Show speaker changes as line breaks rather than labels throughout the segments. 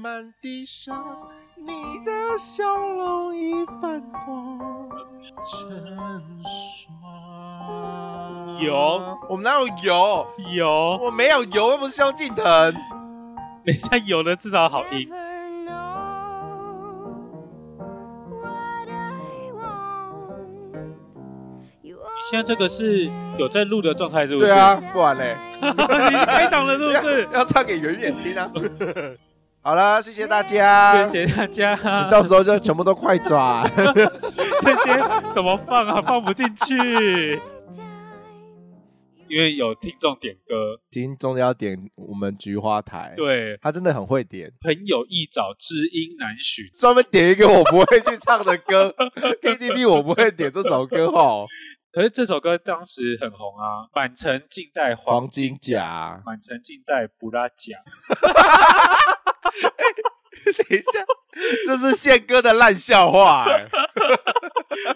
满地上，你的笑容已泛黄，成霜。
有，
我们哪有有？
有，
我没有油，又不是萧敬腾。
人家有的至少好听。
Never know what I want. You
现在这个是有在录的状态，是不是？
对啊，不然嘞，
你开场了是不是？
要唱给圆圆 听啊。好了，谢谢大家，
谢谢大家。
啊你到时候就全部都快转。
这些怎么放啊？放不进去，
time
因为有听众点歌。
今中要点我们菊花台，，
对，
他真的很会点，
朋友易找，知音难寻。
专门点一个我不会去唱的歌 ，KTV 我不会点这首歌哦。
可是这首歌当时很红啊，满城尽带
黄
黄金，
金甲，
满城尽带布拉甲。
等一下，这是宪哥的烂笑话欸、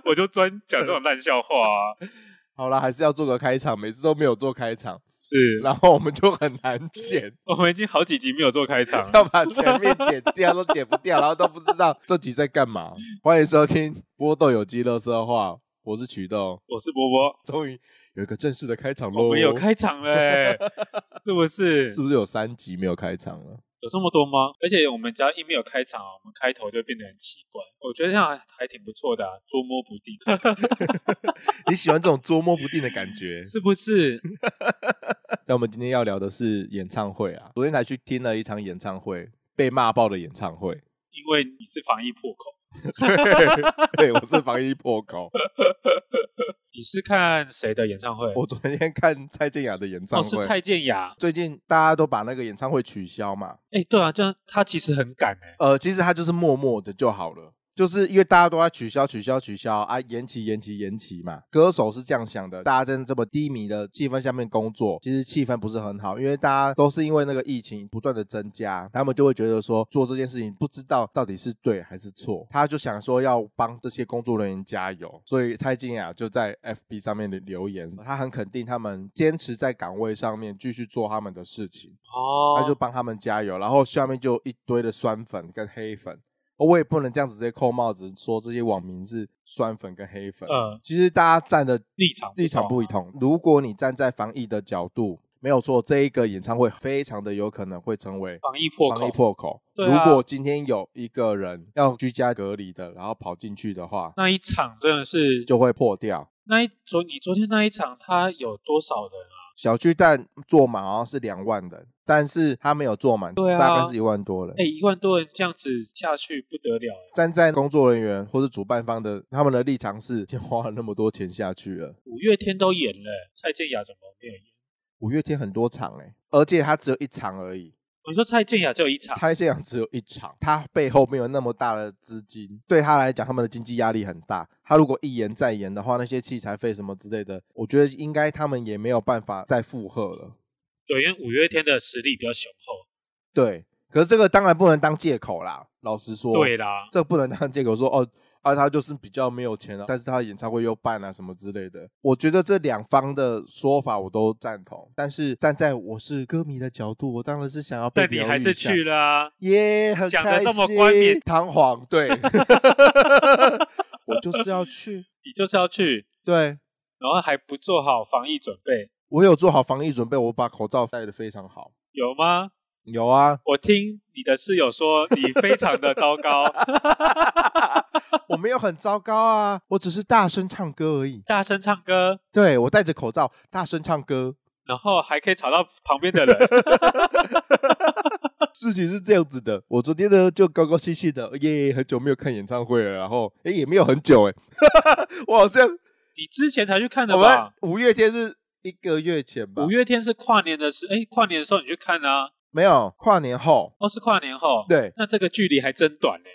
我就专讲这种烂笑话啊。
好了，还是要做个开场，每次都没有做开场，
是，
然后我们就很难 剪。
我们已经好几集没有做开场 了。
要把前面剪掉都剪不掉，然后都不知道这集在干嘛。欢迎收听《波豆有机乐色话》，我是曲豆。
我是波波，
终于有一个正式的开场喽！
我们有，开场了 欸、是不是？
哦是不是有三集没有开场了？
有这么多吗？而且我们只要一没有开场啊，我们开头就变得很奇怪。我觉得这样还挺不错的、啊，捉摸不定，
你喜欢这种捉摸不定的感 觉？
是不是？
那我们今天要聊的是演唱会啊，昨天才去听了一场演唱会，被骂爆的演唱会。
因为你是防疫破口，
对，我是防疫破口。
你是看谁的演唱会？
我昨天看蔡健雅的演唱
哦，
会，
是蔡健雅。
最近大家都把那个演唱会取消嘛，
哎、对啊，这样他其实很赶哎、
呃，其实他就是默默的就好了，就是因为大家都在取消、取消、取消啊，延期、延期、延期嘛。歌手是这样想的，大家在这么低迷的气氛下面工作，其实气氛不是很好，因为大家都是因为那个疫情不断的增加，他们就会觉得说做这件事情不知道到底是对还是错，他就想说要帮这些工作人员加油，所以蔡健雅就在 FB 上面的留言，他很肯定他们坚持在岗位上面继续做他们的事情。
哦，
他就帮他们加油，然后下面就一堆的酸粉跟黑粉。哦我也不能这样子直接扣帽子说这些网民是酸粉跟黑粉。
呃
其实大家站的
立场
立场不一
同啊
同。如果你站在防疫的角度，没有错，这一个演唱会非常的有可能会成为
防疫破口，
防疫破口。
对啊
如果今天有一个人要居家隔离的，然后跑进去的话，
那一场真的是
就会破掉。
那一昨你昨天那一场他有多少人啊？
小巨蛋坐满好像是两万人，但是他没有坐满，
对啊
大概是一万多人。
哎、一万多人这样子下去不得了哎、
站在工作人员或是主办方的他们的立场是，已经花了那么多钱下去了。
五月天都演了、蔡健雅怎么没有演？
五月天很多场哎、而且他只有一场而已，
我哦说蔡健雅只有一场，
蔡健雅只有一场，他背后没有那么大的资金，对他来讲，他们的经济压力很大。他如果一延再延的话，那些器材费什么之类的，我觉得应该他们也没有办法再负荷了。
对，因为五月天的实力比较雄厚。
对，可是这个当然不能当借口啦，老实说，
对啦，
这不能当借口说哦啊，他就是比较没有钱啊，但是他演唱会又办啊什么之类的。我觉得这两方的说法我都赞同，但是站在我是歌迷的角度，我当然是想要被
但你还是去
了，
啦、
耶、很
讲
开心，
得这么冠冕
堂皇，对， 我就是要去，
你就是要去，
对
然后还不做好防疫准备，
我有做好防疫准备，我把口罩戴得非常好。
有吗？
有啊，
我听你的室友说你非常的 糟糕，
我没有很糟糕啊，我只是大声唱歌而已。
大声唱歌，
对我戴着口罩大声唱歌，
然后还可以吵到旁边 的人，
事情是这样子的，我昨天呢就高高兴兴的，耶，很久没有看演唱会了，然后诶也没有很久诶，欸 我好像
你之前才去看的
我们
吧？
五月天是一个月前吧，
五月天是跨年的时，哎，跨年的时候你去看啊？
没有跨年后，
哦，是跨年后。
对，
那这个距离还真短嘞，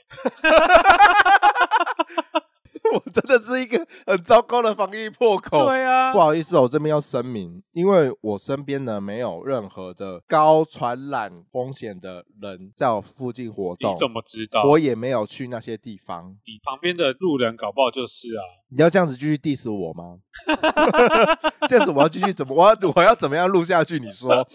我真的是一个很糟糕的防疫破口。
对啊
不，好意思哦，我这边要声明，因为我身边呢没有任何的高传染风险的人在我附近活动
你，怎么知道？
我也没有去那些地方。
你旁边的路人搞不好就是啊，
你要这样子继续 diss 我吗？ 这样子我要继续怎么？我要我要怎么样录下去？你说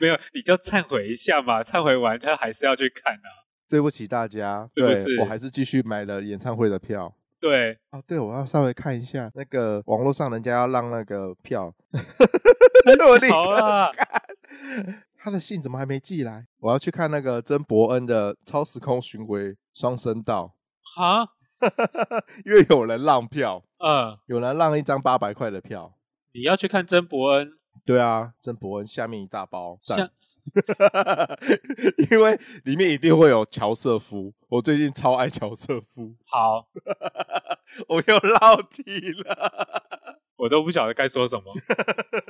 没有，你就忏悔一下嘛，忏悔完他还是要去看啊。
对不起大家，
是不
对
是
我还是继续买了演唱会的票。
对，
啊，对，我要稍微看一下那个网络上人家要让那个票， 我立
好啊，
他的信怎么还没寄来？我要去看那个曾伯恩的《超时空巡回双声道
啊，》，
因为有人让票，
嗯，
有人让一张八百块的票。
你要去看曾伯恩，
对啊，曾伯恩下面一大包，赞
像
因为里面一定会有乔瑟夫，我最近超爱乔瑟夫，
好，
我又绕题了。
我都不晓得该 说什么。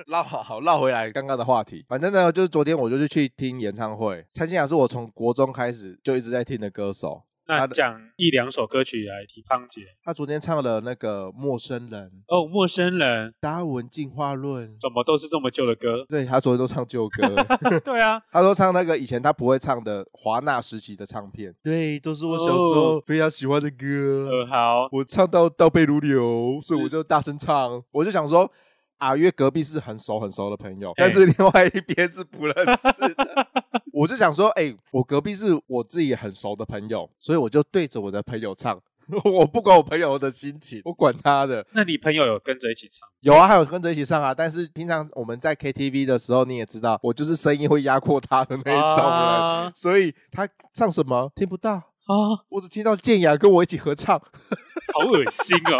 绕好好绕回来刚刚的话题，反正呢，就是昨天我就是去听演唱会，蔡健雅是我从国中开始就一直在听的歌手。
那
他的
讲一两首歌曲来提胖姐
他昨天唱了那个《陌生人》《
哦，陌生人
达尔文进化论》，？
怎么都是这么旧的歌
对他昨天都唱旧歌，
对啊，
他说唱那个以前他不会唱的华纳时期的唱片，哦对，都是我小时候非常喜欢的歌，
呃，好，
我唱到倒背如流，所以我就大声唱，我就想说。啊，因为隔壁是很熟很熟的朋友，但是另外一边是不认识的。 我就想说，哎、我隔壁是我自己很熟的朋友，所以我就对着我的朋友唱， 我不管我朋友的心情，我管他的。
那你朋友有跟着一起唱？
有啊，还有跟着一起上啊。但是平常我们在 KTV 的时候，你也知道，我就是声音会压过他的那一种人，
啊
所以他唱什么听不到，
啊，
我只听到建雅跟我一起合唱，
好恶心哦！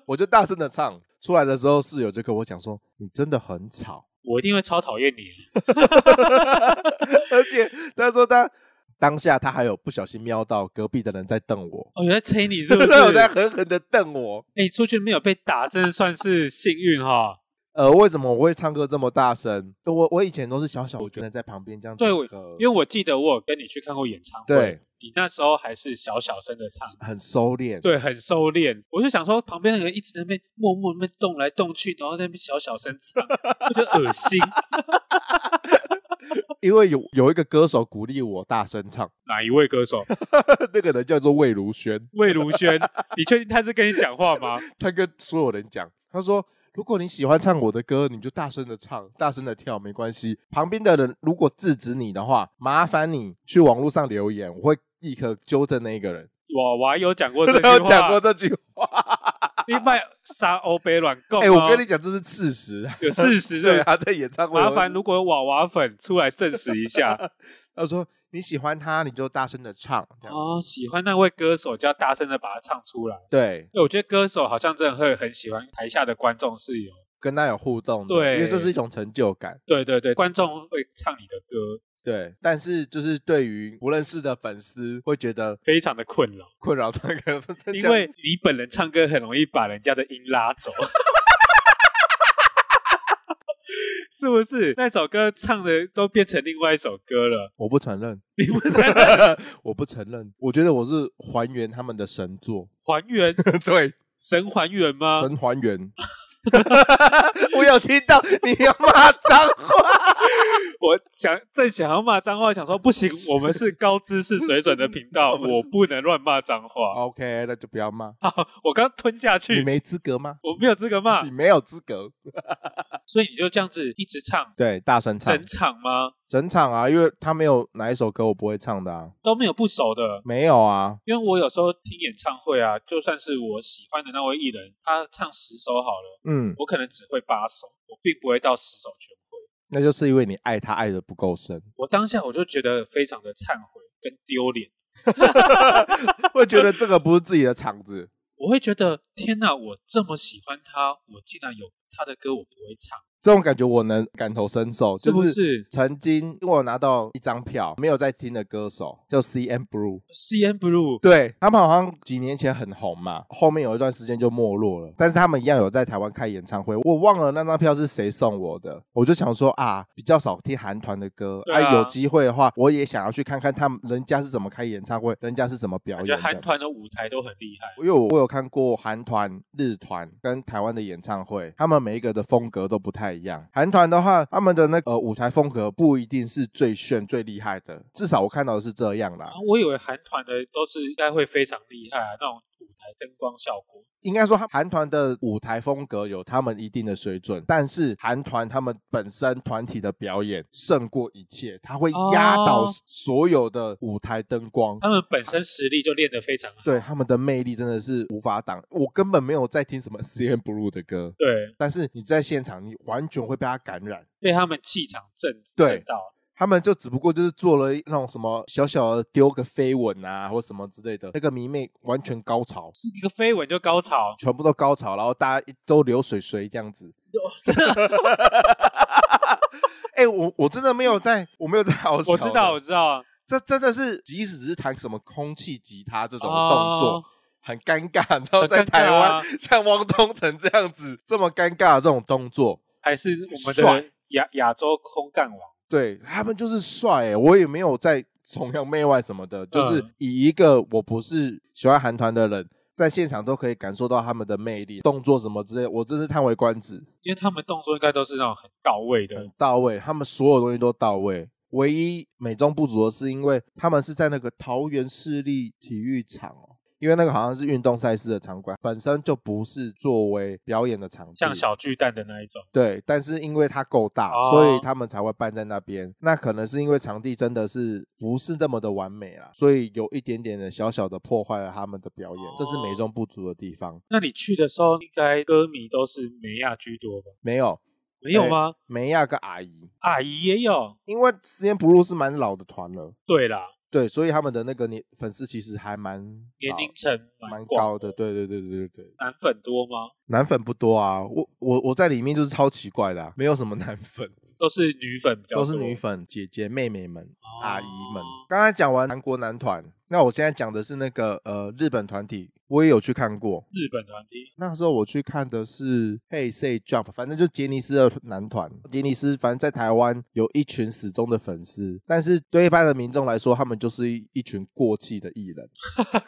我就大声的唱。出来的时候，室友就跟我讲说：“你真的很吵。
我一定会超讨厌你。”啊
而且他说他当下他还有不小心瞄到隔壁的人在瞪我，
哦，有在催你是 不是？
他有在狠狠的瞪我。
哎、你出去没有被打，真的算是幸运哈。
呃，为什么我会唱歌这么大声？我我以前都是小小，我觉得在旁边这样子呃
对我
和
因为我记得我有跟你去看过演唱会，
对
你那时候还是小小声的唱，
很收敛，
对，很收敛。我就想说，旁边的人一直在那边默默地那边动来动去，然后在那边小小声唱， 我觉得恶心。
因为有有一个歌手鼓励我大声唱，
哪一位歌手？
那个人叫做魏如萱，
魏如萱，你确定他是跟你讲话吗？
他跟所有人讲，他说。如果你喜欢唱我的歌，你就大声的唱，大声的跳，没关系。旁边的人如果制止你的话，麻烦你去网络上留言，我会立刻纠正那一个人。
我我还有讲哦过这 句
他
话，
有讲过这句话，
你卖沙欧杯软供、哦。
哎、我跟你讲，这是事实。啊
有事实
对，
对。
他在演唱会，
麻烦如果有娃娃粉出来证实一 下
他说你喜欢他，你就大声的唱，这样子。
哦，喜欢那位歌手就要大声的把它唱出来。
对，
对，我觉得歌手好像真的会很喜欢台下的观众是有，
跟他有互动的，
对
因为这是一种成就感。
对对对，观众会唱你的歌，
对，但是就是对于不认识的粉丝，会觉得
非常的困扰，
困扰这个，
因为你本人唱歌很容易把人家的音拉走。 是不是那首歌唱的都变成另外一首歌了？
我不承认，
你不是
我不承认，我觉得我是还原他们的神 作，
还原
对，
神还原吗？
神还 原。我有听到你要骂脏 话，
我想正想要骂脏话，想说不行，我们是高知识水准的频道，
我们
我不能乱骂脏话。
OK，那就不要骂，
我刚吞下
你
去，
没资格吗？
我没有资格骂
你，没有资格，
所以你就这样子一直唱
对，大声唱
整场吗？
整场啊，因为他没有哪一首歌我不会唱的啊，
都没有不熟的，
没有啊，
因为我有时候听演唱会啊，就算是我喜欢的那位艺人，他唱十首好了，
嗯，
我可能只会八首，我并不会到十首全会。
那就是因为你爱他爱的不够 深，
我当下我就觉得非常的忏悔跟丢脸，
会觉得这个不是自己的场子，
我会觉得天哪，我这么喜欢他，我竟然有他的歌我不会唱，
这种感觉我能感同身受，
是
就
不
是
是
曾经我有拿到一张票，没有在听的歌手叫 C M Blue，
？C N Blue
对他们好像几年前很红嘛，后面有一段时间就没落了，但是他们一样有在台湾开演唱会。我忘了那张票是谁送我的，我就想说啊，比较少听韩团的歌，
对啊
有机会的话，我也想要去看看他们人家是怎么开演唱会，人家是怎么表
感
演的。
觉韩团的舞台都很厉害，
因为我有看过韩团、日团跟台湾的演唱会，他们每一个的风格都不太一样。韩团的话，他们的那个、呃舞台风格不一定是最炫、最厉害的，至少我看到的是这样啦
啊。我以为韩团的都是应该会非常厉害啊，那种舞台灯光效果。
应该说，他韩团的舞台风格有他们一定的水准，但是韩团他们本身团体的表演胜过一切，他会压倒
哦
所有的舞台灯光。
他们本身实力就练得非常好。
对他们的魅力真的是无法挡，我根本没有在听什么 C N Blue 的歌，
对，
但是你在现场，你完全会被他感染。
被他们气场震
对
震到。
他们就只不过就是做了那种什么小小的丢个飞吻啊，或什么之类的，那个迷妹完全高潮，
一个飞吻就高潮，
全部都高潮，然后大家都流水水这样子。
哦真的，
哎、我我真的没有在，我没有在好笑。
我知道，我，知道，
这真的是，即使是弹什么空气吉他这
这
种动作，很尴尬，你知道，
哦很
在
尴
台
尬
湾、
啊
像汪东城这样子这么尴尬的这种动作，
还是我们
帅
的亚亚洲空干王，
对他们就是帅、欸，我也没有在崇洋媚外什么的，就是
嗯
以一个我不是喜欢韩团的人，在现场都可以感受到他们的魅力，动作什么之类，我真是叹为观止，
因为他们动作应该都是那种很到位的，
很到位，他们所有东西都到位。唯一美中不足的是，因为他们是在那个桃园市立体育场哦，因为那个好像是运动赛事的场馆，本身就不是作为表演的场地，
像小巨蛋的那一种。
对，但是因为它够大，
哦
所以他们才会办在那边。那可能是因为场地真的是不是那么的完美啦，所以有一点点的小小的破坏了他们的表演，这是美中不足的地方。
那你去的时候，应该歌迷都是美亚居多吧？
没有
没
哎
有吗？
梅亚跟阿姨，
阿姨也有。
因为时间不入是蛮老的团了，
对啦，
对，所以他们的那个年粉丝其实还蛮
年
老
龄层
蛮
广
高的，，对对对对对对。
男粉多吗？
男粉不多啊，我我我在里面就是超奇怪的啊、没有什么 男粉。
都是女粉比较
都
多，
是女粉、姐姐、妹妹们、阿姨们
哦。
刚才讲完韩国男团，那我现在讲的是那个呃日本团体，我也有去看过。
日本团体
那时候我去看的是 Hey Say Jump，反正就杰尼斯的男团。杰尼斯反正在台湾有一群死忠的粉丝，但是对一般的民众来说，他们就是一一群过气的艺人。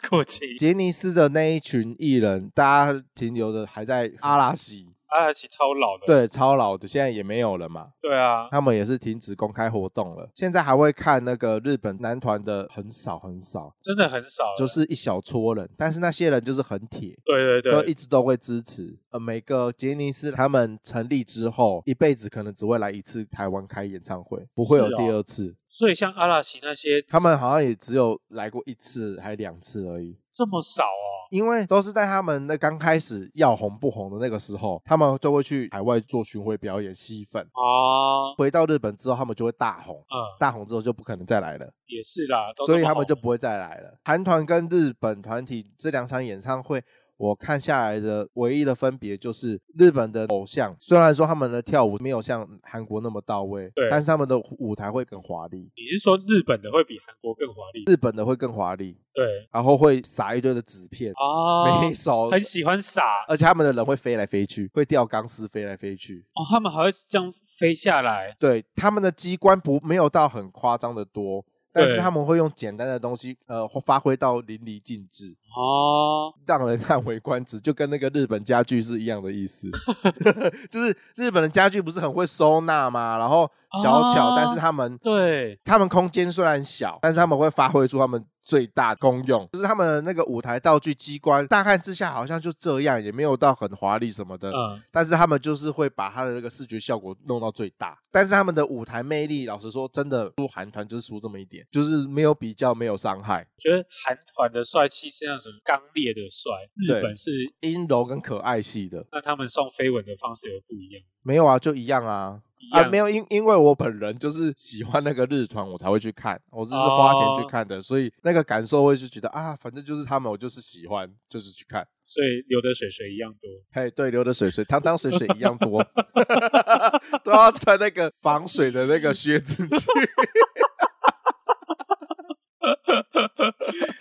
过期，
杰尼斯的那一群艺人，大家停留的还在阿拉西，
阿拉奇超老的。
对，超老的，现在也没有了嘛。
对啊，
他们也是停止公开活动了。现在还会看那个日本男团的很少很少，
真的很少了，
就是一小撮人，但是那些人就是很铁。
对对
都
对
一直都会支持，呃，每个杰尼斯他们成立之后，一辈子可能只会来一次台湾开演唱会，不会有
是哦
第二次。
所以像阿拉奇那些，
他们好像也只有来过一次还两次而已，
这么少哦，
因为都是在他们那刚开始要红不红的那个时候，他们都会去海外做巡回表演吸粉。
啊，
回到日本之后，他们就会大红，
嗯，
大红之后就不可能再来了。
也是啦，都
所以
那么
他们
红
就不会再来了。韩团跟日本团体这两场演唱会，我看下来的唯一的分别就是日本的偶像，虽然说他们的跳舞没有像韩国那么到位
对，
但是他们的舞台会更华丽，
你是说日本的会比韩国更华丽？
日本的会更华丽，
对
然后会撒一堆的纸片，
啊
每一，首，
很喜欢傻
而且他们的人会飞来飞去，会吊钢丝飞来飞去。
哦，他们还会这样飞下来，
对，他们的机关不没有到很夸张的多，但是
对
他们会用简单的东西，呃，发挥到淋漓尽致。
哦，
让人叹为观止， 就跟那个日本家具是一样的意 思。 就是日本的家具不是很会收纳吗？然后小巧，
啊
但是他们
对，
他们空间虽然小，但是他们会发挥出他们最大功用。就是他们的那个舞台道具机关，乍看之下好像就这样，也没有到很华丽什么的。
嗯，
但是他们就是会把他的那个视觉效果弄到最大，但是他们的舞台魅力，老实说，真的输韩团就是输这么一点，就是没有比较，没有伤害，
觉得韩团的帅气是那种刚烈的帅，日
对
本是
阴柔跟可爱系的。
那他们送飞吻的方式也不一样
没有啊，就一样啊。
一
啊，
样
没有，因因为我本人就是喜欢那个日团，我才会去看，我是是花钱
哦
去看的，所以那个感受会是觉得啊，反正就是他们，我就是喜欢，就是去看。
所以流的水水一样多。
嘿，对，流的水水，汤汤水水一样多， 都要穿那个防水的那个靴子去。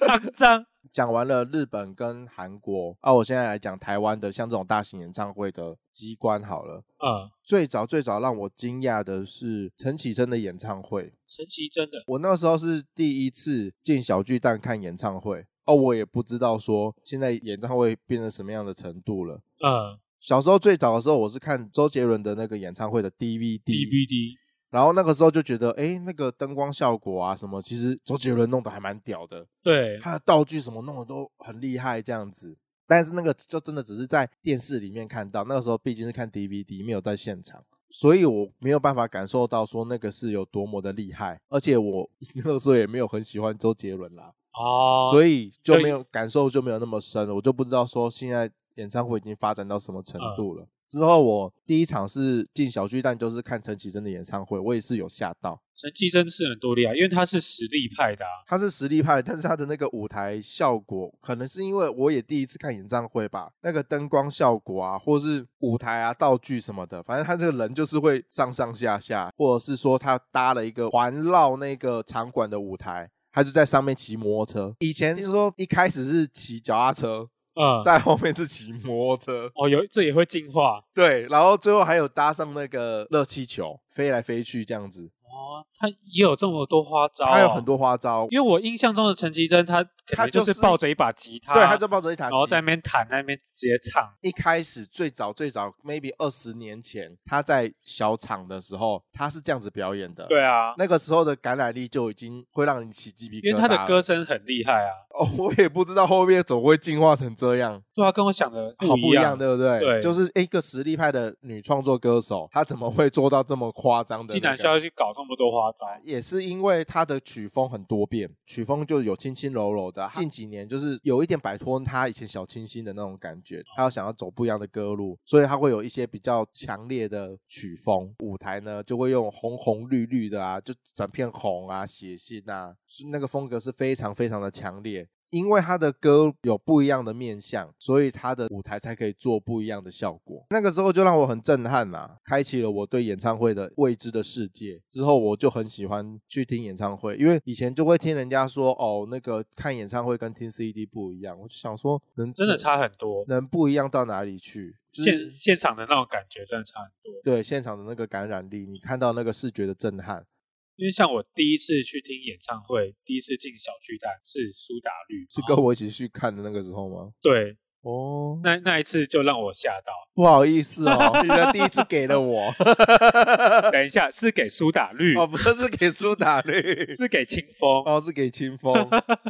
肮脏，
讲完了日本跟韩国，啊，我现在来讲台湾的，像这种大型演唱会的机关好了。
啊，
最早最早让我惊讶的是陈绮贞的演唱会，
陈绮贞的
我那时候是第一次进小巨蛋看演唱会，哦，我也不知道说现在演唱会变成什么样的程度了。
啊
小时候最早的时候，我是看周杰伦的那个演唱会的 DVD，,
，DVD
然后那个时候就觉得，哎，那个灯光效果啊什么，其实周杰伦弄得还蛮屌的，
对，
他的道具什么弄的都很厉害这样子。但是那个就真的只是在电视里面看到，那个时候毕竟是看 DVD，没有在现场，所以我没有办法感受到说那个是有多么的厉害。而且我 那个时候也没有很喜欢周杰伦啦，
哦，
所以就
所以
没有感受就没有那么深了，我就不知道说现在演唱会已经发展到什么程
嗯
度了。之后我第一场是进小巨蛋，就是看陈绮贞的演唱会，我也是有吓到。
陈绮贞是很多厉害，因为她是实力派的啊。
他是实力派，但是他的那个舞台效果，可能是因为我也第一次看演唱会吧，那个灯光效果啊，或是舞台啊、道具什么的，反正他这个人就是会上上下下，或者是说他搭了一个环绕那个场馆的舞台，他就在上面骑摩托车。以前是说一开始是骑脚踏车，
嗯，
在后面是骑摩托车，
哦，有这也会进化
对，然后最后还有搭上那个热气球，飞来飞去这样子，
哦，她也有这么多花招、
他有很。多花招。
哦因为我印象中的陈绮贞，她
她
可能
就
就是
是
抱着一把吉他，
对，他就抱着一台，
然后在那边弹，在那边直接唱。
一开始最早最早，maybe 二十年前，他在小场的时候，他是这样子表演的。
对，啊，
那个时候的感染力就已经会让你起鸡皮疙瘩了。
因为她的歌声很厉害啊。
哦，我也不知道后面怎么会进化成这样，
对啊，跟我想的
好
一
不一样，对不对？
对
就是一个实力派的女创作歌手，她怎么会做到这么夸张的、那
竟
个？
然需要去搞那么多花招。
也是因为他的曲风很多变，曲风就有轻轻柔柔的。近几年就是有一点摆脱他以前小清新的那种感觉，他要想要走不一样的歌路，所以他会有一些比较强烈的曲风。舞台呢就会用红红绿绿的啊，就整片红啊、血腥啊，是那个风格是非常非常的强烈。因为他的歌有不一样的面向，所以他的舞台才可以做不一样的效果。那个时候就让我很震撼啦、开启了我对演唱会的未知的世界。之后我就很喜欢去听演唱会，因为以前就会听人家说，哦，那个看演唱会跟听 CD 不一样。我就想说，能
真的差很多，
能不一样到哪里去？就是
现现场的那种感觉真的差很多。
对现场的那个感染力，你看到那个视觉的震撼。
因为像我第一次去听演唱会，第一次进小巨蛋是苏打绿，
是跟我一起去看的那个时候吗？
对，
哦，
那那一次就让我吓到。
不好意思哦，你的第一次给了 我。
等一下，是给苏打绿，
哦，不是给苏打绿，
是给清风，
哦，是给清 风。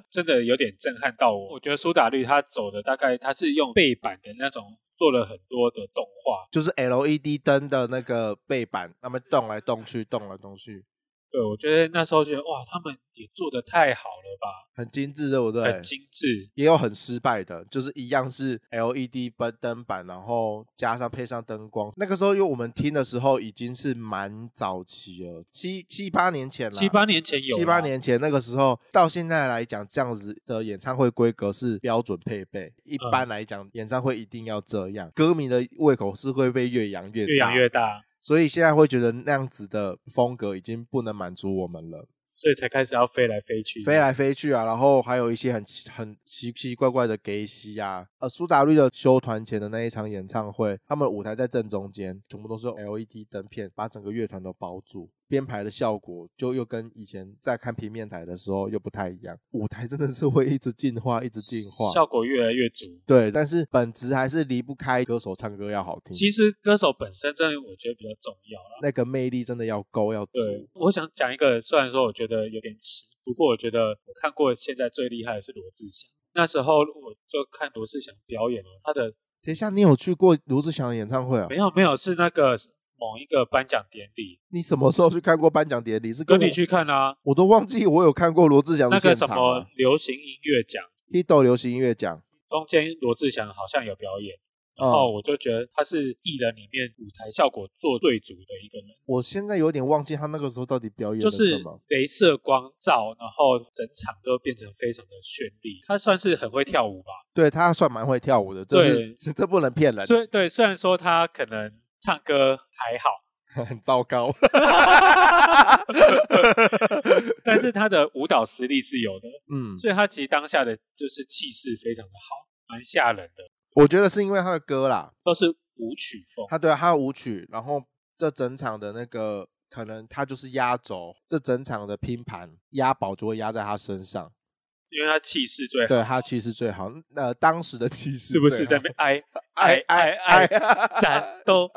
真的有点震撼到我。我觉得苏打绿他走的大概他是用背板的那种做了很多的动画，
就是 LED 灯的那个背板，那么动来动去，动来动去，
对我觉得那时候觉得哇，他们也做的太好了吧，
很精致，对不对
很？精致。
也有很失败的，就是一样是 LED 灯灯板，然后加上配上灯光。那个时候，因为我们听的时候已经是蛮早期了，七七八年前了，
七八年前有，啊
七八，年前那个时候，到现在来讲，这样子的演唱会规格是标准配备。一
嗯
般来讲，演唱会一定要这样，歌迷的胃口是会被越养越大，
越养越大，
所以现在会觉得那样子的风格已经不能满足我们了，
所以才开始要飞来飞去，
飞来飞去啊，然后还有一些很奇很奇奇怪怪的 gay 戏啊。呃，苏打绿的休团前的那一场演唱会，他们舞台在正中间，全部都是用 LED 灯片把整个乐团都包住，编排的效果就又跟以前在看平面台的时候又不太一样。舞台真的是会一直进化，一直进化。
效果越来越足。
对，但是本质还是离不开歌手唱歌要好听，
其实歌手本身真的我觉得比较重要啦。
那个魅力真的要够要足
对。，我想讲一个，虽然说我觉得有点迟，不过我觉得我看过现在最厉害的是罗志祥。那时候我就看罗志祥表演哦了，他的
等一下，你有去过罗志祥的演唱会啊？
没有没有是那个某一个颁奖典礼，
你什么时候去看过颁奖典礼？是
跟
我
你去看啊，
我都忘记我有看过罗志祥的
那个
现
什
场
么
了。
流行音乐奖，
Hito 流行音乐奖，
中间罗志祥好像有表演，然
哦
后我就觉得他是艺人里面舞台效果做最足的一个人，
我现在有点忘记他那个时候到底表演
就
了
是
什么。
镭射光照，然后整场都变成非常的绚丽。他算是很会跳舞吧，
对他算蛮会跳舞的，这是
对
这不能骗人，
虽对，虽然说他可能唱歌还好，
很糟糕。
但是他的舞蹈实力是有的，
嗯，
所以他其实当下的就是气势非常的好，蛮吓人的，
我觉得是因为他的歌啦，
都是舞曲风。
他对啊他的舞曲，然后这整场的那个可能他就是压轴，这整场的拼盘押宝就会压在他身上，
因为他气势最好，
对他气势最好。呃，当时的气势
是不
最
是在
好
被挨
哎哎
哎
哎
哎
哎
战斗？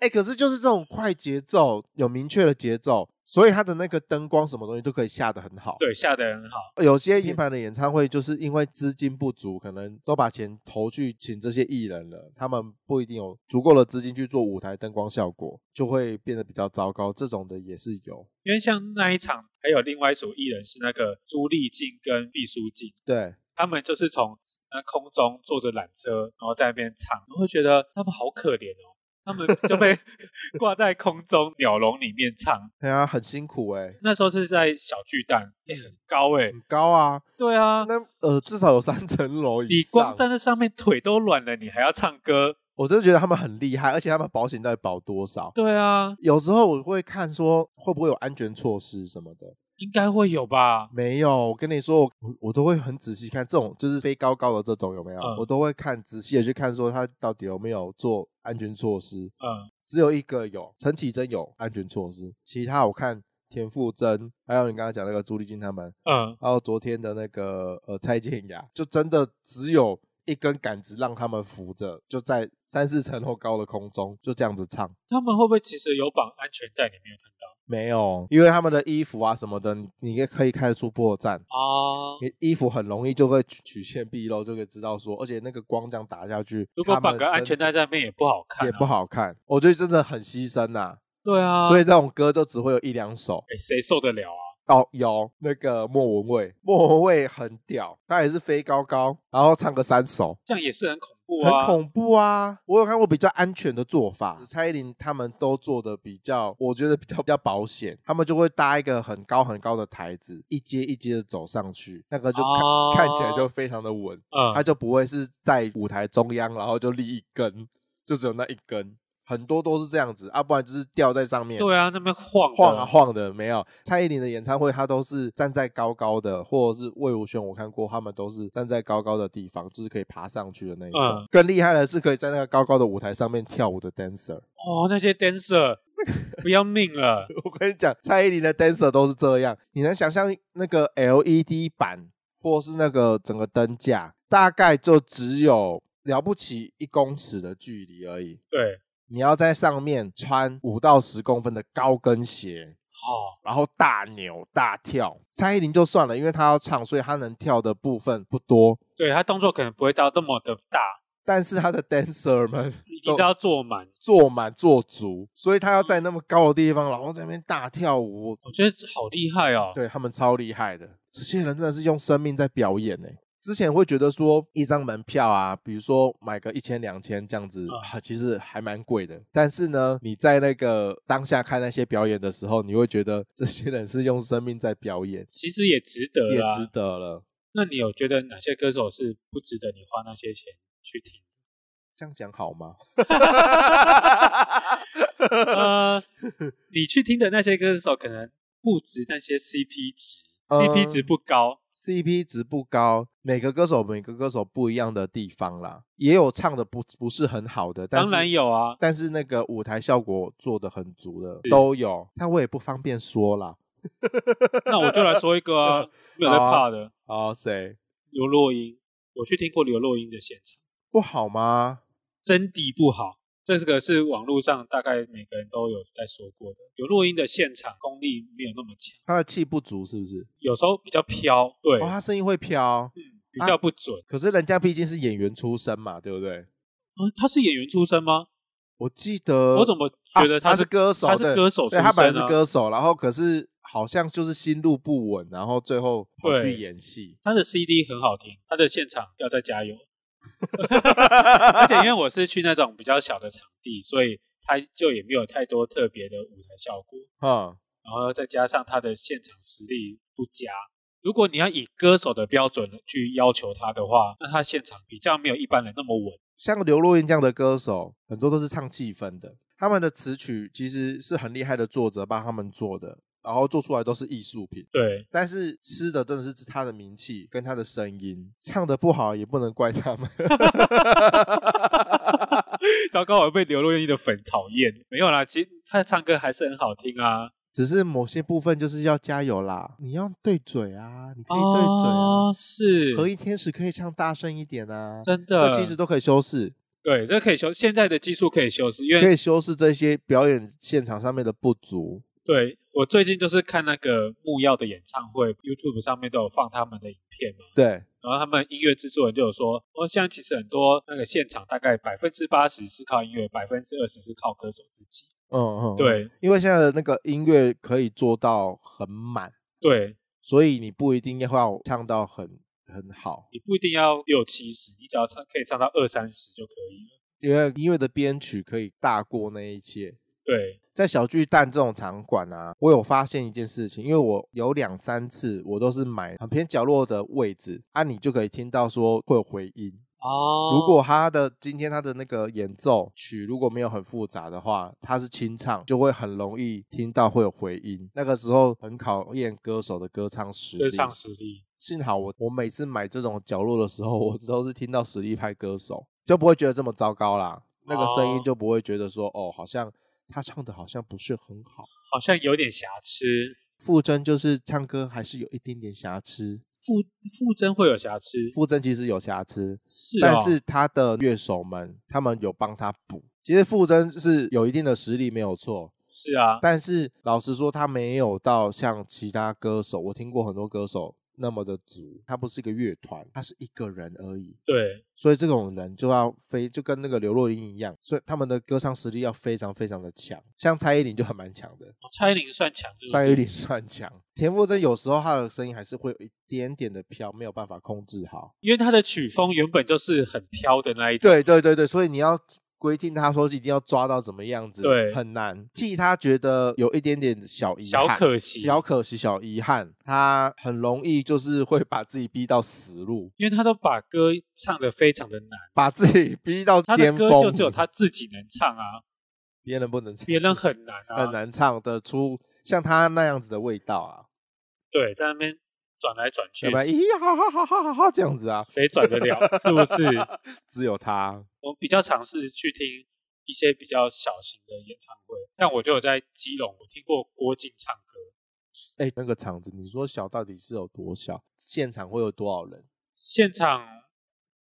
哎，可是就是这种快节奏，有明确的节奏，所以他的那个灯光什么东西都可以下得很好。
对，下得很好，
有些平凡的演唱会，就是因为资金不足，可能都把钱投去请这些艺人了，他们不一定有足够的资金去做舞台灯光效果，就会变得比较糟糕。这种的也是有，
因为像那一场还有另外一组艺人是那个朱丽静跟毕书尽。
对，
他们就是从那空中坐着缆车，然后在那边唱，我会觉得他们好可怜哦，他们就被 挂在空中鸟笼里面唱。
对啊，很辛苦哎、
那时候是在小巨蛋，哎、很高哎、
很高啊，
对啊，
那呃至少有三层楼以
你
上
光，站在上面腿都软了，你还要唱歌？
我真的觉得他们很厉害，而且他们保险到底保多少？
对啊，
有时候我会看说会不会有安全措施什么的，
应该会有吧？
没有，我跟你说，我我都会很仔细看这种，就是飞高高的这种有没有？
嗯
我都会看仔细的去看，说他到底有没有做安全措施。
嗯，
只有一个有，陈绮贞有安全措施，其他我看田馥甄，还有你刚刚讲那个朱丽静他们，
嗯，
还有昨天的那个呃蔡健雅，就真的只有一根杆子让他们扶着，就在三四层楼高的空中就这样子唱。
他们会不会其实有绑安全带？你没有看到
没有，因为他们的衣服啊什么的，你你也可以看得出破绽。
啊？
你衣服很容易就会曲曲线毕露，就可以知道说，而且那个光这样打下去，
如果
他们
绑个安全带在那边也不好看、啊，
也不。好看。我觉得真的很牺牲呐、
对啊，
所以这种歌就只会有一两首。
哎谁、受得了啊？
哦，有那个莫文蔚，莫文蔚很屌，他也是飞高高，然后唱个三首，
这样也是很恐怖啊，
很恐怖啊！我有看过比较安全的做法，蔡依林他们都做的比较，我觉得比较比较保险，他们就会搭一个很高很高的台子，一阶一阶的走上去，那个就看、
哦
看起来就非常的稳。
嗯，
它就不会是在舞台中央，然后就立一根，就只有那一根，很多都是这样子啊，不然就是吊在上面，
对啊，那边晃的
晃啊，晃的，没有。蔡依林的演唱会，她都是站在高高的，或者是魏如萱，我看过，他们都是站在高高的地方，就是可以爬上去的那一种。
嗯
更厉害的是，可以在那个高高的舞台上面跳舞的 dancer。
哦，那 些 dancer 不要命了，
我跟你讲，蔡依林的 dancer 都是这样，你能想象那个 LED 板或是那个整个灯架，大概就只有了不起一公尺的距离而已。
对，
你要在上面穿五到十公分的高跟鞋，
哦，
然后大扭大跳。蔡依林就算了，因为她要唱，所以她能跳的部分不多，
对他动作可能不会到那么的大，
但是她的 dancer 们
一定
都
要做满。
坐满坐足，所以她要在那么高的地方，然后在那边大跳舞，
我觉得好厉害哦，
对他们超厉害的，这些人真的是用生命在表演呢、之前会觉得说一张门票啊，比如说买个一千两千这样子、
嗯
啊，其实还蛮贵的。但是呢，你在那个当下看那些表演的时候，你会觉得这些人是用生命在表演，
其实也值得
也
啦
值得了。
那你有觉得哪些歌手是不值得你花那些钱去听？
这样讲好吗？
呃，你去听的那些歌手可能不值那些 CP 值、c p
嗯
值不高，
CP 值不高，每个歌手有每个歌手不一样的地方啦，也有唱的不不是很好的，但
当
是
然 有啊，
但是那个舞台效果做的很足的都有，但我也不方便说啦。
那我就来说一个啊，没有在
好啊
怕的
哦，谁
刘若英，我去听过刘若英的现场。
不好吗？
真的不好。这个是网络上大概每个人都有在说过的。有录音的现场功力没有那么强，
他的气不足是不是？
有时候比较飘，对，
哦，他声音会飘，
嗯，比
啊
较不准。
可是人家毕竟是演员出身嘛，对不对？
啊，他是演员出身吗？
我记得
我怎么觉得
啊他
是,、
歌手，
他是
对
歌手
对
出
他本来
身
是
啊
歌手，然后可是好像就是心路不稳，然后最后跑去
对
演戏。
他的 CD 很好听，他的现场要再加油。 而且因为我是去那种比较小的场地，所以它就也没有太多特别的舞台效果，
嗯，
然后再加上他的现场实力不佳。如果你要以歌手的标准去要求他的话，那他现场比较没有一般人那么稳。
像刘若英这样的歌手，很多都是唱气氛的，他们的词曲其实是很厉害的作者帮他们做的，然后做出来都是艺术品。
对，
但是吃的真的是他的名气跟他的声音，唱的不好也不能怪他们。
糟糕，我被刘若英的粉讨厌。没有啦，其实她唱歌还是很好听啊。
只是某些部分就是要加油啦，你要对嘴啊，你可以对嘴啊。
哦是
合一天使可以唱大声一点啊，
真的，
这其实都可以修饰，
对，这可以修，现在的技术可以修饰，因
可
为
以修饰这些表演现场上面的不足。
对我最近就是看那个木曜的演唱会，YouTube 上面都有放他们的影片嘛，
对，
然后他们音乐制作人就有说，哦，现在其实很多那个现场大概百分之八十是靠音乐，百分之二十是靠歌手自己。
嗯嗯，嗯，
对
因为现在的那个音乐可以做到很满，
对，
所以你不一定要唱到很很好，
你不一定要六七十，你只要唱可以唱到二三十就可以了。
因为音乐的编曲可以大过那一切。
对，
在小巨蛋这种场馆啊，我有发现一件事情，因为我有两三次我都是买很偏角落的位置，啊，你就可以听到说会有回音。
哦
如果他的今天他的那个演奏曲如果没有很复杂的话，他是清唱，就会很容易听到会有回音。那个时候很考验歌手的歌唱实力。
歌唱实力，
幸好我我每次买这种角落的时候，我都是听到实力派歌手，就不会觉得这么糟糕啦。那个声音
哦
就不会觉得说哦，好像他唱的好像不是很好。
好像有点瑕疵。
傅征就是唱歌还是有一点点瑕疵，
傅傅真会有瑕疵，
傅征其实有瑕疵，
是、哦，
但是他的乐手们他们有帮他补。其实傅征是有一定的实力没有错，
是啊，
但是老实说，他没有到像其他歌手，我听过很多歌手那么的足。他不是一个乐团，他是一个人而已。
对，
所以这种人就要非就跟那个刘若英一样，所以他们的歌唱实力要非常非常的强。像蔡依林就很蛮强的，
哦蔡依林算强，对不对
蔡依林算强，田馥甄有时候她的声音还是会有一点点的飘，没有办法控制好。
因为他的曲风原本就是很飘的那一种，
对对对对，所以你要规定他说一定要抓到怎么样子，
对
很难。替他觉得有一点点小遗
小
憾，
可惜，
小可惜，小遗憾，他很容易就是会把自己逼到死路，
因为他都把歌唱得非常的难，
把自己逼到
他的
巅
歌
峰。
就只有他自己能唱啊，
别人不能唱，
别人很难啊，
很难唱得出像他那样子的味道啊，
对，在那边转来转去
要，不然咦哈哈哈哈哈哈这样子啊，
谁转得了？ 是不是？？
只有他，
我比较尝试去听一些比较小型的演唱会，像我就有在基隆，我听过郭靖唱歌，
哎，那个场子，你说小到底是有多小？现场会有多少人？
现场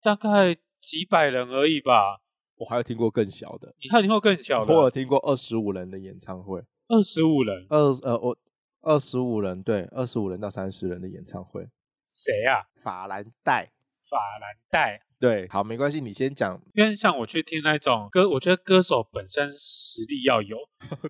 大概几百人而已吧，
我还有听过更小的，
你看你会更小
我有
的，啊
听过二十五人的演唱会，
二十五人，
二呃我二十五人对，二十五人到三十人的演唱会，
谁啊？
法兰黛。
法兰黛。
对，好，没关系，你先 讲。
因为像我去听那种歌，我觉得歌手本身实力要 有，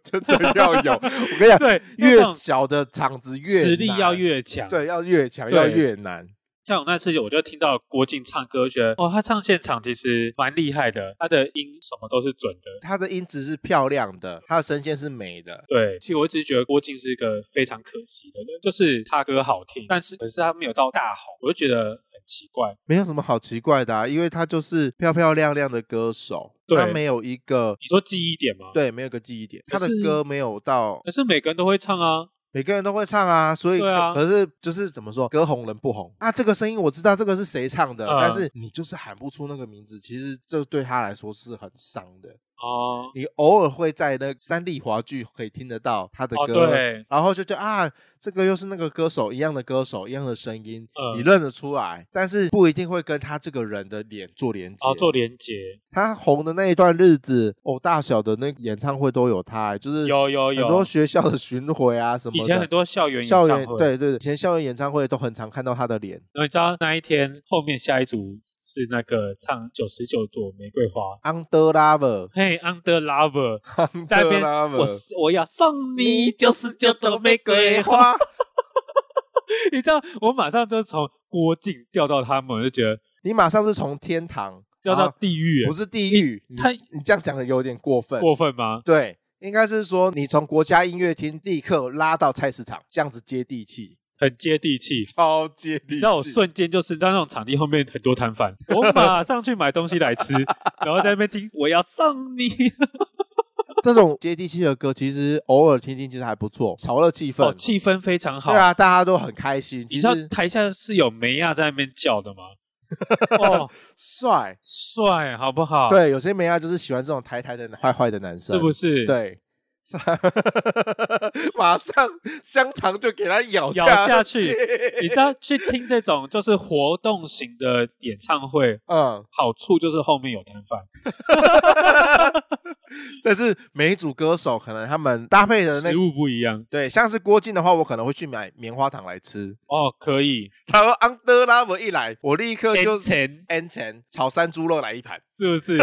真的要有， 我跟你 讲，
对，
越
那种
小的场子越
实力要
难
越强。，
对，要越强，
对
要越难。
像我那次我就听到郭靖唱歌，觉得哦，他唱现场其实蛮厉害的，他的音什么都是准的。
她的音质是漂亮的，她的声线是美的。
对，其实我一直觉得郭靖是一个非常可惜的人，就是他歌好听，但是可是他没有到大红，我就觉得很奇怪。
没有什么好奇怪的、啊，因为她就是漂漂亮亮的歌手，
对
她没有一个
你说记忆点吗？，
对，没有一个记忆点，她
可
的
是
歌没有到
可是每个人都会唱啊，
每个人都会唱啊，所以
对啊
可是就是怎么说，歌红人不红啊。这个声音我知道这个是谁唱的，
嗯
但是你就是喊不出那个名字，其实这对她来说是很伤的。
哦，
你偶尔会在那三立华剧可以听得到他的
哦
歌，
对
然后就觉得啊，这个又是那个歌手一样的歌手一样的声音，
嗯
你认得出来，但是不一定会跟他这个人的脸做连接。
然后哦做连结，
他红的那一段日子，哦，大小的那个演唱会都有他、就是
有有
很多
有，
学校的巡回啊什么的，
以前很多校园演唱
校
会，
园对对，对以前校园演唱会都很常看到他的脸。
然后你知道那一天后面下一组是那个唱九十九朵玫瑰花，
Under Lover，
嘿，Under Lover，在那
Under
边
Lover，
我是我要送你九十九朵玫瑰花，
花。
你知道我马上就从郭靖掉到他们，我就觉得
你马上是从天堂
掉到
然后
地狱，
啊不是地狱，你
他
你这样讲的有点过分。
过分吗？
对，应该是说你从国家音乐厅立刻拉到菜市场，这样子接地气，
很接地气。
超接地气。
你知道我瞬间就是在那种场地后面很多摊 贩，我马上去买东西来吃，然后在那边听我要送 你
这种接地气的歌，其实偶尔听听其实还不错，炒热气氛。
哦，气氛非常好。
对啊，大家都很开心，
你
其
知道
实
台下是有梅亚在那边叫 的吗？哦，
帅。
帅，好不好？，
对，有些美亚就是喜欢这种台台的坏坏的男生，
是不
是？
是？，
对， 是马上香肠就给他咬
咬
下
下去你知道去听这种就是活动型的演唱会，
嗯，
好处就是后面有摊贩，
但是每一组歌手可能他们搭配的那
食物不一样
对，像是郭靖的话，我可能会去买棉花糖来吃。
哦，可以。
然后 Under Love 一来，我立刻就
N
N 层炒山猪肉来一盘。
是不是？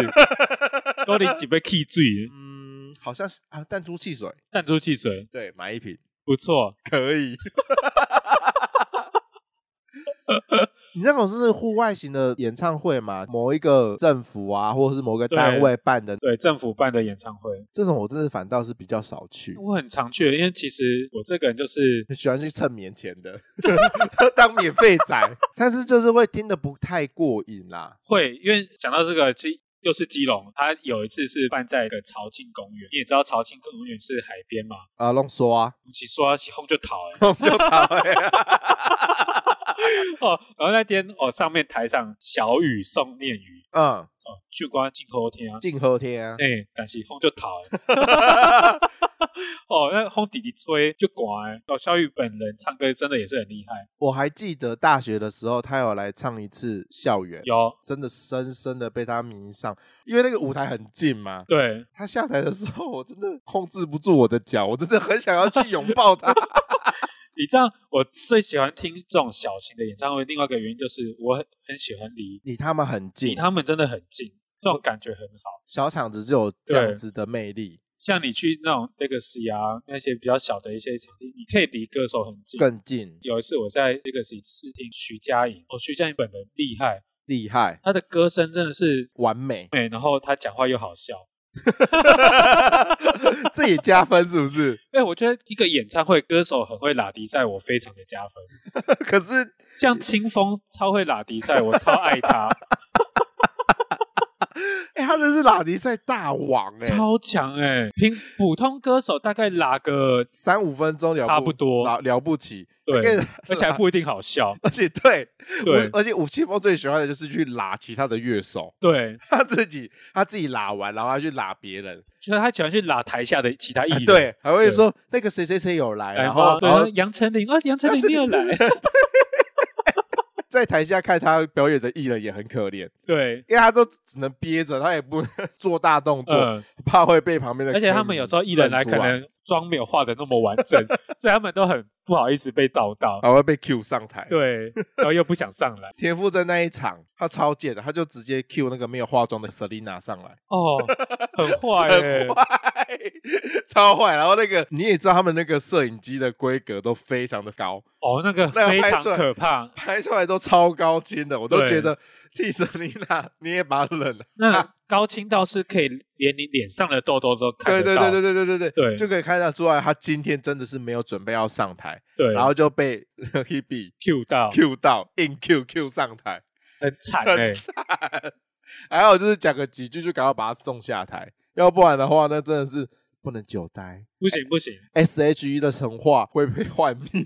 多领几杯汽水，
嗯，好像是啊，弹珠汽水，
弹珠汽水
对，买一瓶
不错。
可以。 你那种是户外型的演唱会嘛？某一个政府啊，或者是某个单位办的
对政府办的演唱会，
这种，我真的反倒是比较少去，
我很常去，因为其实我这个人就是
很喜欢去蹭免钱的， 当免费仔。 但是就是会听得不太过瘾啦。
会，因为讲到这个，其实又是基隆，他有一次是办在一个潮境公园，你也知道潮境公园是海边嘛，
啊，弄说啊，
我们其实说要起哄就逃、欸，
我们就打回来。
哦，然后那天哦，上面台上小雨送念鱼，
嗯，
哦，去关进口天啊，
静和天啊，
哎、但是轰就逃了。 哦，那轰弟弟吹就管欸。哦，小雨本人唱歌真的也是很厉害，
我还记得大学的时候，他有来唱一次校园，
有
真的深深的被他迷上，因为那个舞台很近嘛。
对，
他下台的时候，我真的控制不住我的脚，我真的很想要去拥抱他。
你知道我最喜欢听这种小型的演唱会，另外一个原因就是我很很喜欢离
离他们很
离
近，
他们真的很近，这种感觉很好。
小场子就有这样
对
子的魅力，
像你去那种 Legacy 啊，那些比较小的一些场地，你可以离歌手很近。
更近，
有一次我在 Legacy 试听徐佳莹，哦，徐佳莹本人厉害，
厉害，
她的歌声真的是，
完美
美，然后她讲话又好笑。
这也加分是不是？
哎、我觉得一个演唱会歌手很会拉迪赛，我非常的加分。
可是
像清风超会拉迪赛，我超爱 他，
哎、他真是拉迪赛大王哎、
超强哎、平普通歌手大概拉个
三五分钟了
差不多
了了不起，
对
跟，
而且还不一定好笑。
而且对，
对
我而且武清峰最喜欢的就是去拉其他的乐手，
对，
他自己他自己拉完，然后他去拉别人，
就是他喜欢去拉台下的其他艺
啊
人。
对，还会
对
说那个谁谁谁有来，
来
然
吗，
后
对，
然
然
后
后杨丞琳啊，杨丞
杨丞
琳你
琳
有来，
在台下看他表演的艺人也很可怜，
对，
因为他都只能 憋着，他也不做大动作，
嗯，
怕会被旁边的。
而且他们有时候艺人来
认出
可能妆没有化的那么完 整，所以他们都很不好意思被找到，
还会被 Q 上台。，
对，然后又不想上来。
田馥甄那一场他超贱的，他就直接 Q 那个没有化妆的 Selina 上来。
哦， 很坏哎、
很坏， 超坏。然后那个你也知道，他们那个摄影机的规格都非常的高，
哦，那个
那个
非
拍
常
出来
可怕。
拍出来都超高清的，我都
对
觉得替神妮娜 你也把冷了。
那高清到是可以连你脸上的痘痘都看
对对
得到，
对对对对对对
对
就可以看得出来，他今天真的是没有准备要上台，
对
然后就被 Hebe
Q 到
Q 到，硬 Q Q 上台，
很惨哎、
很惨。 还有就是讲个几句就赶快把他送下台，要不然的话，那真的是不能久待。
不行不 行，
S H E 的神话会被幻灭。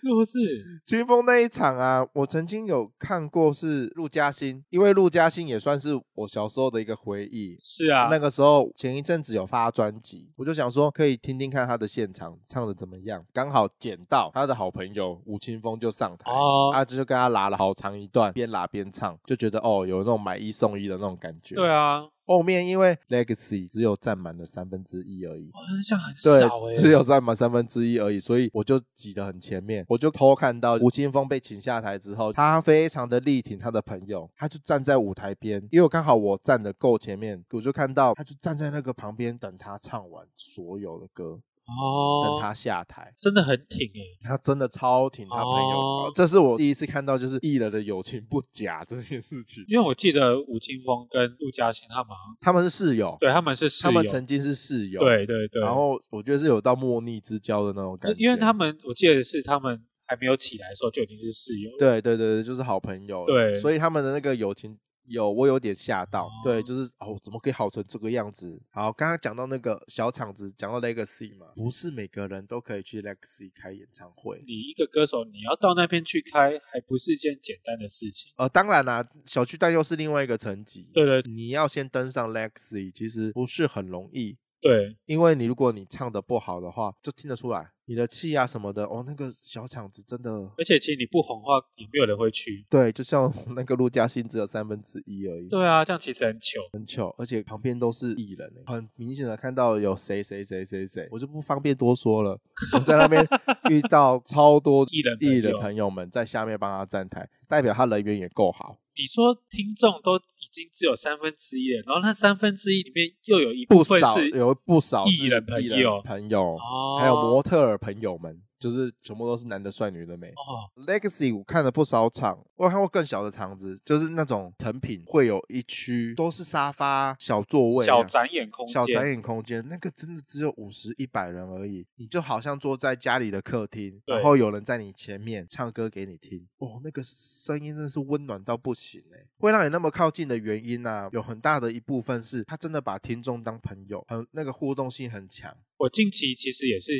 是不是？
清风那一场啊，我曾经有看过是陆嘉欣，因为陆嘉欣也算是我小时候的一个回忆。
是啊，
那个时候前一阵子有发专辑，我就想说可以听听看他的现场唱的怎么样，刚好捡到他的好朋友吴青峰就上台。
哦，
啊，就跟他拉了好长一段，边拉边唱，就觉得哦，有那种买一送一的那种感觉。
对，啊，
后面因为 Legacy 只有占满了三分之一而已，
好像很
对
少，哎、
只有占满三分之一而已，所以我就挤得很前面，我就偷看到吴青峰被请下台之后，他非常的力挺他的朋友，他就站在舞台边，因为我刚好我站的够前面，我就看到他就站在那个旁边等他唱完所有的歌，
哦，
等他下台。
真的很挺哎、
他真的超挺他朋友，
哦
这是我第一次看到就是艺人的友情不假这件事情。
因为我记得吴青峰跟陆嘉欣他们好像，
他们是室友，
对他们是室
他
友，
们曾经是室友，，
对对对，
然后我觉得是有到莫逆之交的那种感觉，
因为他们我记得是他们还没有起来的时候就已经是室友了，
对对对对，就是好朋友了，
对
所以他们的那个友情有我有点吓到，
哦
对，就是哦，怎么可以好成这个样子？好，刚刚讲到那个小厂子，讲到 Legacy 嘛，不是每个人都可以去 Legacy 开演唱会。
你一个歌手，你要到那边去开，还不是一件简单的事情。
呃，当然啦、小巨蛋又是另外一个层级。
对对
你要先登上 Lexi，其实不是很容易，
对，
因为你如果你唱的不好的话，就听得出来你的气啊什么的。哦，那个小场子真的，
而且其实你不红的话，也没有人会去。
对，就像 那个陆嘉欣只有三分之一而已，
对啊，这样其实很糗。
很糗，而且旁边都是艺人欸、很明显的看到有谁谁谁谁谁，我就不方便多说了。我在那 边遇到超多
艺人
艺人
朋友
朋友们在下面帮他站台，代表他人缘也够好，
你说听众都已经只有三分之一了，然后那三分之一里面又有一部
不
分
少
是
有不少是
艺人朋
艺人
友
朋友
哦，
还有模特儿朋友们，就是全部都是男的帅，女的美。
哦，
Legacy 我看了不少场，我有看过更小的场子，就是那种成品会有一区都是沙发、小座位、啊
小展演空间，
哎
嗯
小展演空间，那个真的只有五十一百人而已，你就好像坐在家里的客厅，
对
然后有人在你前面唱歌给你听，哦，那个声音真的是温暖到不行哎、会让你那么靠近的原因啊，有很大的一部分是他真的把听众当朋友，很那个互动性很强，
我近期其实也是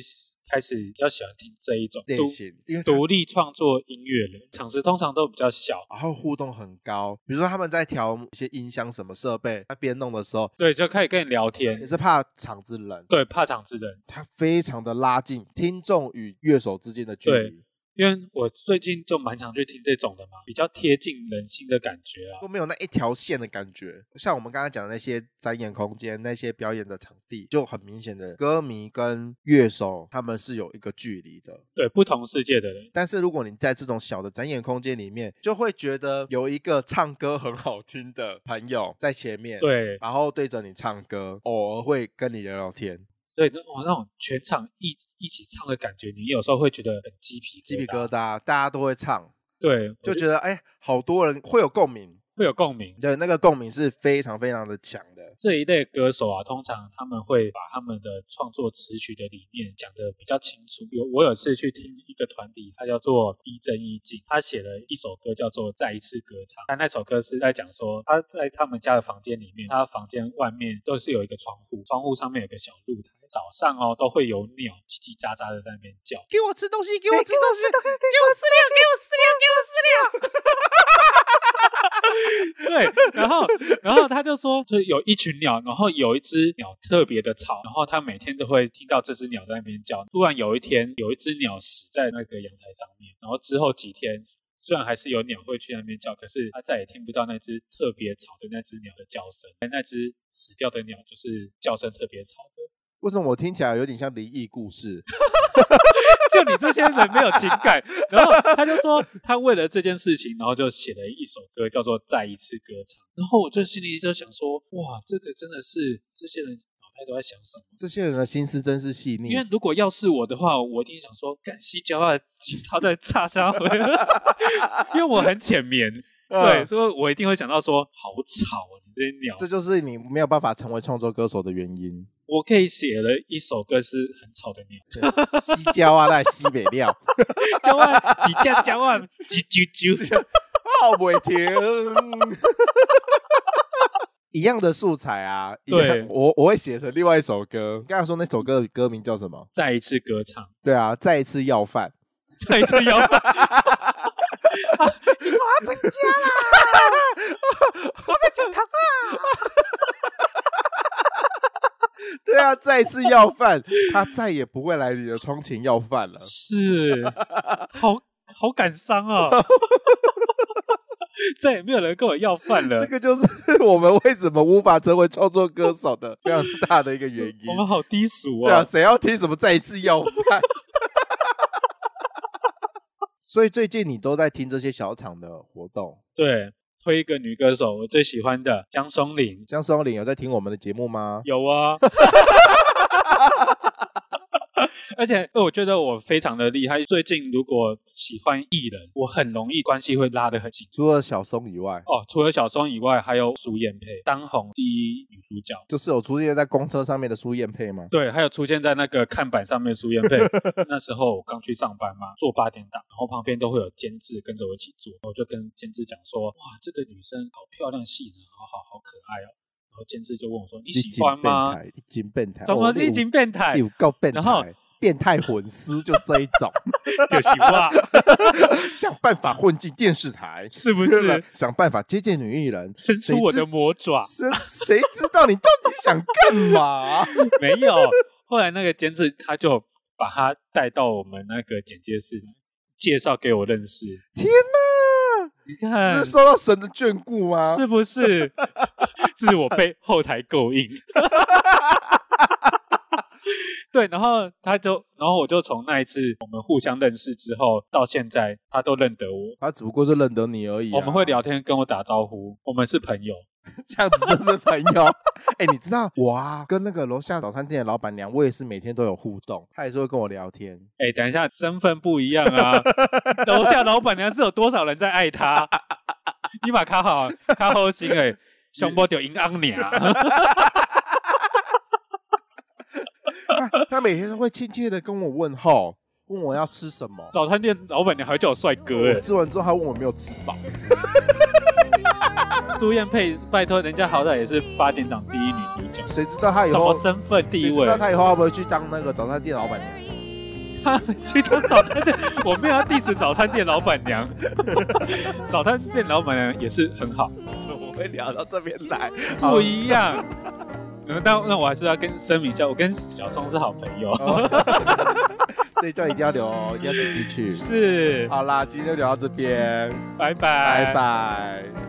开始比较喜欢听这一种
类
独
型，因为他
独立创作音乐人，场子通常都比较小，
然后互动很高，比如说他们在调一些音箱什么设备，他边弄的时候
对，就可以跟你聊天
也。是怕场子冷，
对，怕场子人，
他非常的拉近听众与乐手之间的距
对
离。
因为我最近就蛮常去听这种的嘛，比较贴近人心的感觉啊。
都没有那一条线的感觉。像我们刚刚讲的那些展演空间、那些表演的场地，就很明显的，歌迷跟乐手他们是有一个距离的。
对，不同世界的人，
但是如果你在这种小的展演空间里面，就会觉得有一个唱歌很好听的朋友在前面，，
对
然后对着你唱歌，偶尔会跟你聊聊天，
对，那种那种全场一一起唱的感觉，你有时候会觉得很鸡皮
鸡皮
瘩
疙。瘩，大家都会唱，
对，
就
我
觉得哎，好多人会有共鸣，
会有共鸣。
对，那个共鸣是非常非常的强的。
这一类歌手啊，通常他们会把他们的创作词曲的理念讲得比较清楚。有我有次去听一个团体，他叫做一真一静，他写了一首歌叫做《再一次歌唱》，他那首歌是在讲说他在他们家的房间里面，他房间外面都是有一个窗户，窗户上面有个小露台，早上哦都会有鸟叽叽喳喳的在那边叫。
给我吃东西，给我吃东西，给我饲料，给我饲料，给我饲料。
对，然后然后他就说，就有一群鸟，然后有一只鸟特别的吵，然后他每天都会听到这只鸟在那边叫。突然有一天，有一只鸟死在那个阳台上面，然后之后几天。虽然还是有鸟会去那边叫，可是他再也听不到那只特别吵的那只鸟的叫声。那只死掉的鸟就是叫声特别吵的。
为什么我听起来有点像灵异故 事？
就你这些人没有情感。然后他就说，他为了这件事情，然后就写了一首歌，叫做《再一次歌唱》。然后我就心里就想说，哇，这个真的是这些人脑袋都在想什么？
这些人的心思真是细腻
因。为如果要是我的话，我一定想说，干西郊啊，他在 叉烧，因为我很浅眠，对，
嗯，
所以我一定会想到说，好吵啊，你这些鸟
这。就是你没有办法成为创作歌手的原 因。
我可以写了一首歌是很吵的鸟，
西郊啊，那西北料，
郊啊，几架郊啊，啾啾 啾，
好不停。 一样的素材啊，一样
对
我我会写成另外一首歌。刚才说那首歌的歌名叫什么？
再一次歌唱。
对啊，再一次要饭。
再一次摇摆。
对啊，再一次要饭， 他再也不会来你的窗前要饭了。
是，好好感伤哦。再也没有人跟我要饭了。
这个就是 我们为什么无法成为创作歌手的非常大的一个原因。
我们好低俗
对啊，
哦。
谁要听什么再一次要 饭？所以最近你都在听这些小厂的活动，
对，推一个女歌手，我最喜欢的江松林。啊
江松岭有在听我们的节目吗？
有啊， 而且我觉得我非常的厉害。最近如果喜欢艺人，我很容易关系会拉得很紧。
除了小松以外，
哦，除了小松以外，还有苏妍佩当红第一女主角，
就是有出现在公车上面的苏燕佩吗？
对，还有出现在那个看板上面的 苏妍佩。那时候我刚去上班嘛，做八点档，然后旁边都会有监制跟着我一起做，我就跟监制讲说，哇，这个女生好漂亮，细人，好好好可爱哦。然后监制就问我说，你
一
喜
斤
欢
变
吗？
态，一斤变态，
什么
哦
是一斤变态
有够变
然后
态，变态混丝就这一 种，
有喜 欢，
想办法混进电视台，
是不是？
想办法接近女艺人，
伸出我的魔 爪，
谁知谁谁知道你到底想干 嘛？
没有。后来那个监制他就把他带到我们那个剪接室，介绍给我认识。
天哪！
你
这
看
是受到神的眷顾吗？
是不是？ 是我被后台勾引。 对，然后他就，然后我就从那一次我们互相认识之后到现在，他都认得我。
他只不过是认得你而已啊、
我们会聊天，跟我打招呼，我们是朋友。
这样子就是朋友。哎、你知道我啊，跟那个楼下早餐店的老板娘，我也是每天都有互动，她也是会跟我聊天。
哎，等一下，身份不一样啊！楼下老板娘是有多少人在爱她？你把卡好，卡好心哎，胸部就赢昂你啊！
她她每天都会亲切的跟我问候，问我要吃什么。
早餐店老板娘还叫我帅哥
我
哎，
吃完之后还问我有没有吃饱。
苏燕佩， 拜托，人家好歹也是八点档第一女主角。
谁知道她以
什
后
么身份地
谁知
位
道？她以后会不会去当那个早餐店老板娘？
他们去当早餐店，我没有要 diss 早餐店老板 娘，早餐店老板娘也是很好，
怎么会聊到这边来？
不一样。嗯但那我还是要跟声明一下，我跟小松是好朋友，
这一段一定要留哦，一定要点进去。
是，
好啦，今天就聊到这边，
拜拜，
拜拜